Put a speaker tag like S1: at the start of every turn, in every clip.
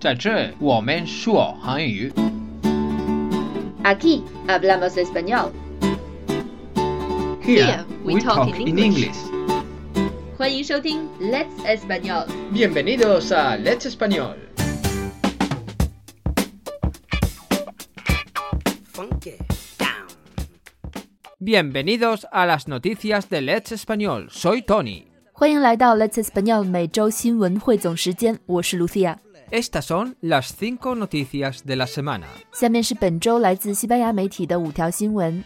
S1: 在这我们说韩语。
S2: Aquí hablamos español. Here we talk in English. 欢迎收听 Let's Español。
S3: Bienvenidos a Let's Español.
S4: Bienvenidos a las noticias de Let's Español. Soy Tony.
S5: 欢迎来到 Let's Español 每周新闻汇总时间，我是 Lucia。
S4: Estas son las cinco noticias de la semana.
S5: 下面是本周来自西班牙媒体的五条新闻。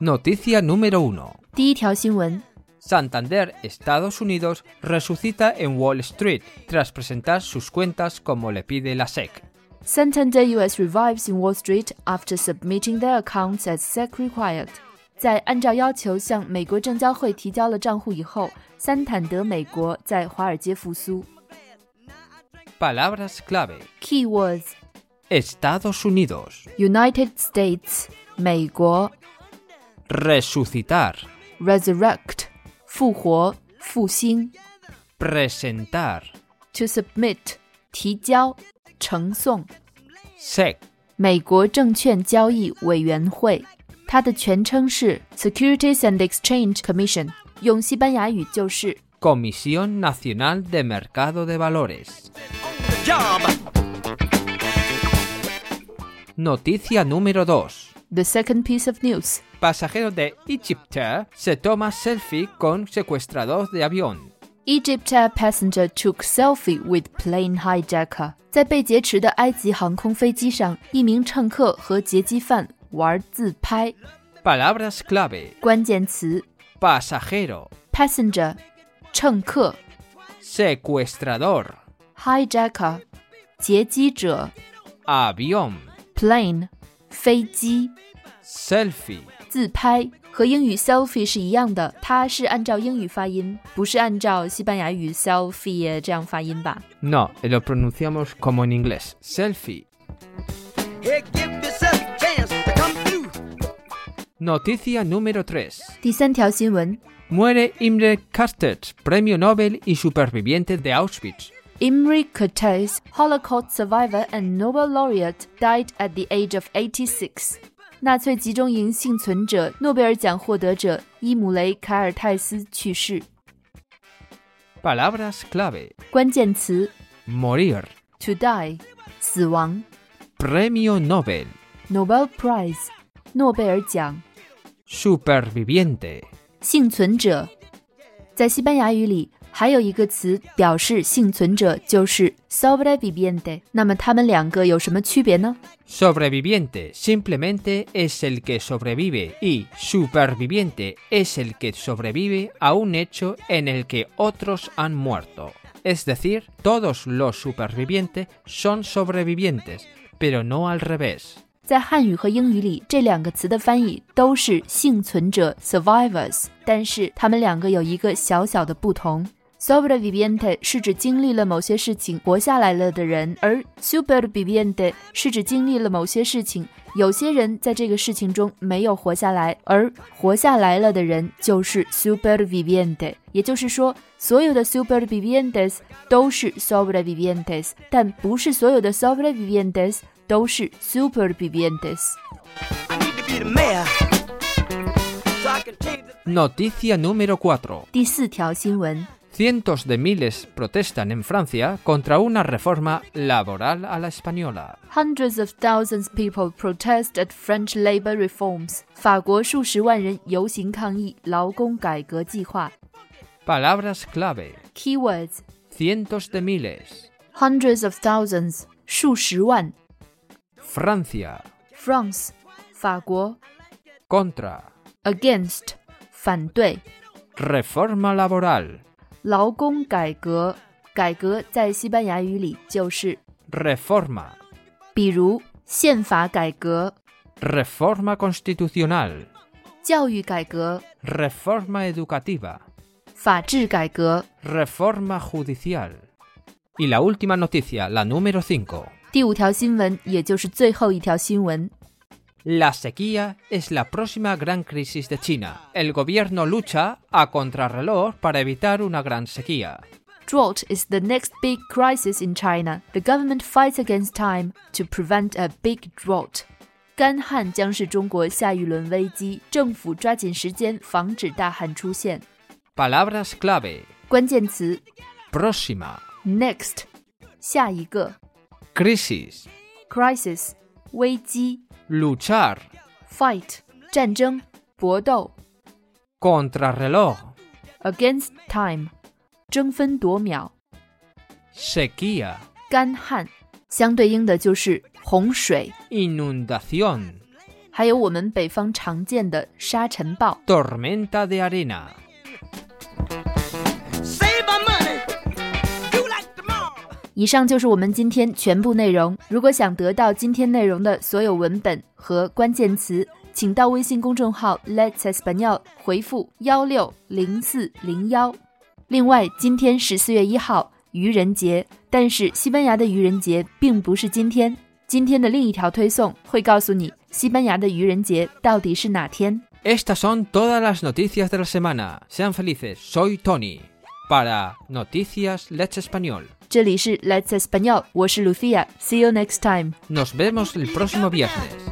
S4: Noticia número 1.
S5: 第一条新闻：
S4: Santander, Estados Unidos, resucita en Wall Street tras presentar sus cuentas como le pide la E SEC.
S5: Santander U.S. revives in Wall Street after submitting their accounts as SEC required。在按照要求向美国证交会提交了账户以后，三坦德美国在华尔街复苏。
S4: Palabras clave.
S5: Keywords:
S4: Estados Unidos.
S5: United States 美国
S4: Resucitar.
S5: resurrect 复活复兴
S4: Presentar.
S5: to submit 提交呈送
S4: SEC.
S5: 美国证券交易委员会，它的全称是 Securities and Exchange Commission，用西班牙语就是
S4: Comisión Nacional de Mercado de Valores. Noticia número 2.
S5: The Second Piece of News。
S4: Pasajero de Egyptair se toma selfie con secuestrador de avión.
S5: Egyptair passenger took selfie with plane hijacker。在被劫持的埃及航空飞机上，一名乘客和劫机犯玩自拍。
S4: Palabras clave.
S5: 关键词
S4: Pasajero.
S5: passenger，乘客
S4: Secuestrador.
S5: hijacker，劫机者
S4: Avión.
S5: plane，飞机。
S4: Selfie.
S5: 自拍和英语 selfie 是一样的，它是按照英语发音，不是按照西班牙语 selfie 这样发音吧？
S4: No, eh, lo pronunciamos como en inglés. Selfie. Noticia número 3.
S5: 第三条新闻
S4: Muere Imre Kertész, premio Nobel y superviviente de Auschwitz.
S5: ，Imre Kertész, Holocaust survivor and Nobel laureate, died at the age of 86。纳粹集中营幸存者、诺贝尔奖获得者伊姆雷·凯尔泰斯去世。
S4: Palabras clave.
S5: 关键词
S4: Morir.
S5: to die，死亡。
S4: Premio Nobel.
S5: Nobel Prize，诺贝尔奖。
S4: Superviviente.
S5: 幸存者，在西班牙语里还有一个词表示幸存者，就是 sobreviviente。那么它们两个有什么区别呢？
S4: Sobreviviente simplemente es el que sobrevive y superviviente es el que sobrevive a un hecho en el que otros han muerto. Es decir, todos los supervivientes son sobrevivientes, pero no al revés.
S5: 在汉语和英语里，这两个词的翻译都是幸存者 （survivors），但是它们两个有一个小小的不同。Sobreviviente 是指经历了某些事情活下来了的人，而 superviviente 是指经历了某些事情，有些人在这个事情中没有活下来，而活下来了的人就是 superviviente。也就是说，所有的 supervivientes 都是 sobrevivientes，但不是所有的 sobrevivientes 都是 supervivientes。
S4: Noticia número 4.
S5: 第四条新闻。
S4: Cientos de miles protestan en Francia contra una reforma laboral a la española.
S5: Hundreds of thousands people protest at French labor reforms。法国数十万人游行抗议劳工改革计划。
S4: Palabras clave.
S5: Keywords:
S4: Cientos de miles.
S5: hundreds of thousands，数十万。
S4: Francia.
S5: France，法国。
S4: Contra.
S5: Against，反对。
S4: Reforma laboral.
S5: 劳工改革，改革在西班牙语里就是，
S4: Reforma.
S5: 比如宪法改革、
S4: Reforma constitucional.
S5: 教育改革、
S4: Reforma educativa.
S5: 法治改革。
S4: Reforma judicial. Y la última noticia, la número 5.
S5: 第五条新闻，也就是最后一条新闻。
S4: La sequía es la próxima gran crisis de China. El gobierno lucha a contrarreloj para evitar una gran sequía.
S5: Drought is the next big crisis in China. The government fights against time to prevent a big drought. 干旱将是中国下一轮危机，政府抓紧时间防止大旱出现。
S4: Palabras clave:
S5: 关键词
S4: próxima,
S5: next，下一个
S4: crisis,
S5: crisis，危机
S4: luchar,
S5: fight，战争搏斗
S4: contrarreloj,
S5: against time，争分夺秒
S4: sequía,
S5: 干旱，相对应的就是洪水，
S4: inundación,
S5: 还有我们北方常见的沙尘暴。
S4: tormenta de arena.
S6: Save my money. Do like tomorrow.
S5: 以上就是我们今天全部内容。如果想得到今天内容的所有文本和关键词，请到微信公众号 Let's Español 回复幺六零四零幺。另外，今天是四月一号，愚人节，但是西班牙的愚人节并不是今天。今天的另一条推送会告诉你西班牙的愚人节到底是哪天。
S4: Estas son todas las noticias de la semana. Sean felices, soy Tony. Para Noticias Let's Español.
S5: 这里是 Let's Español，我是 Lucia，See you next time。
S4: Nos vemos el próximo viernes.
S6: Uh. Uh.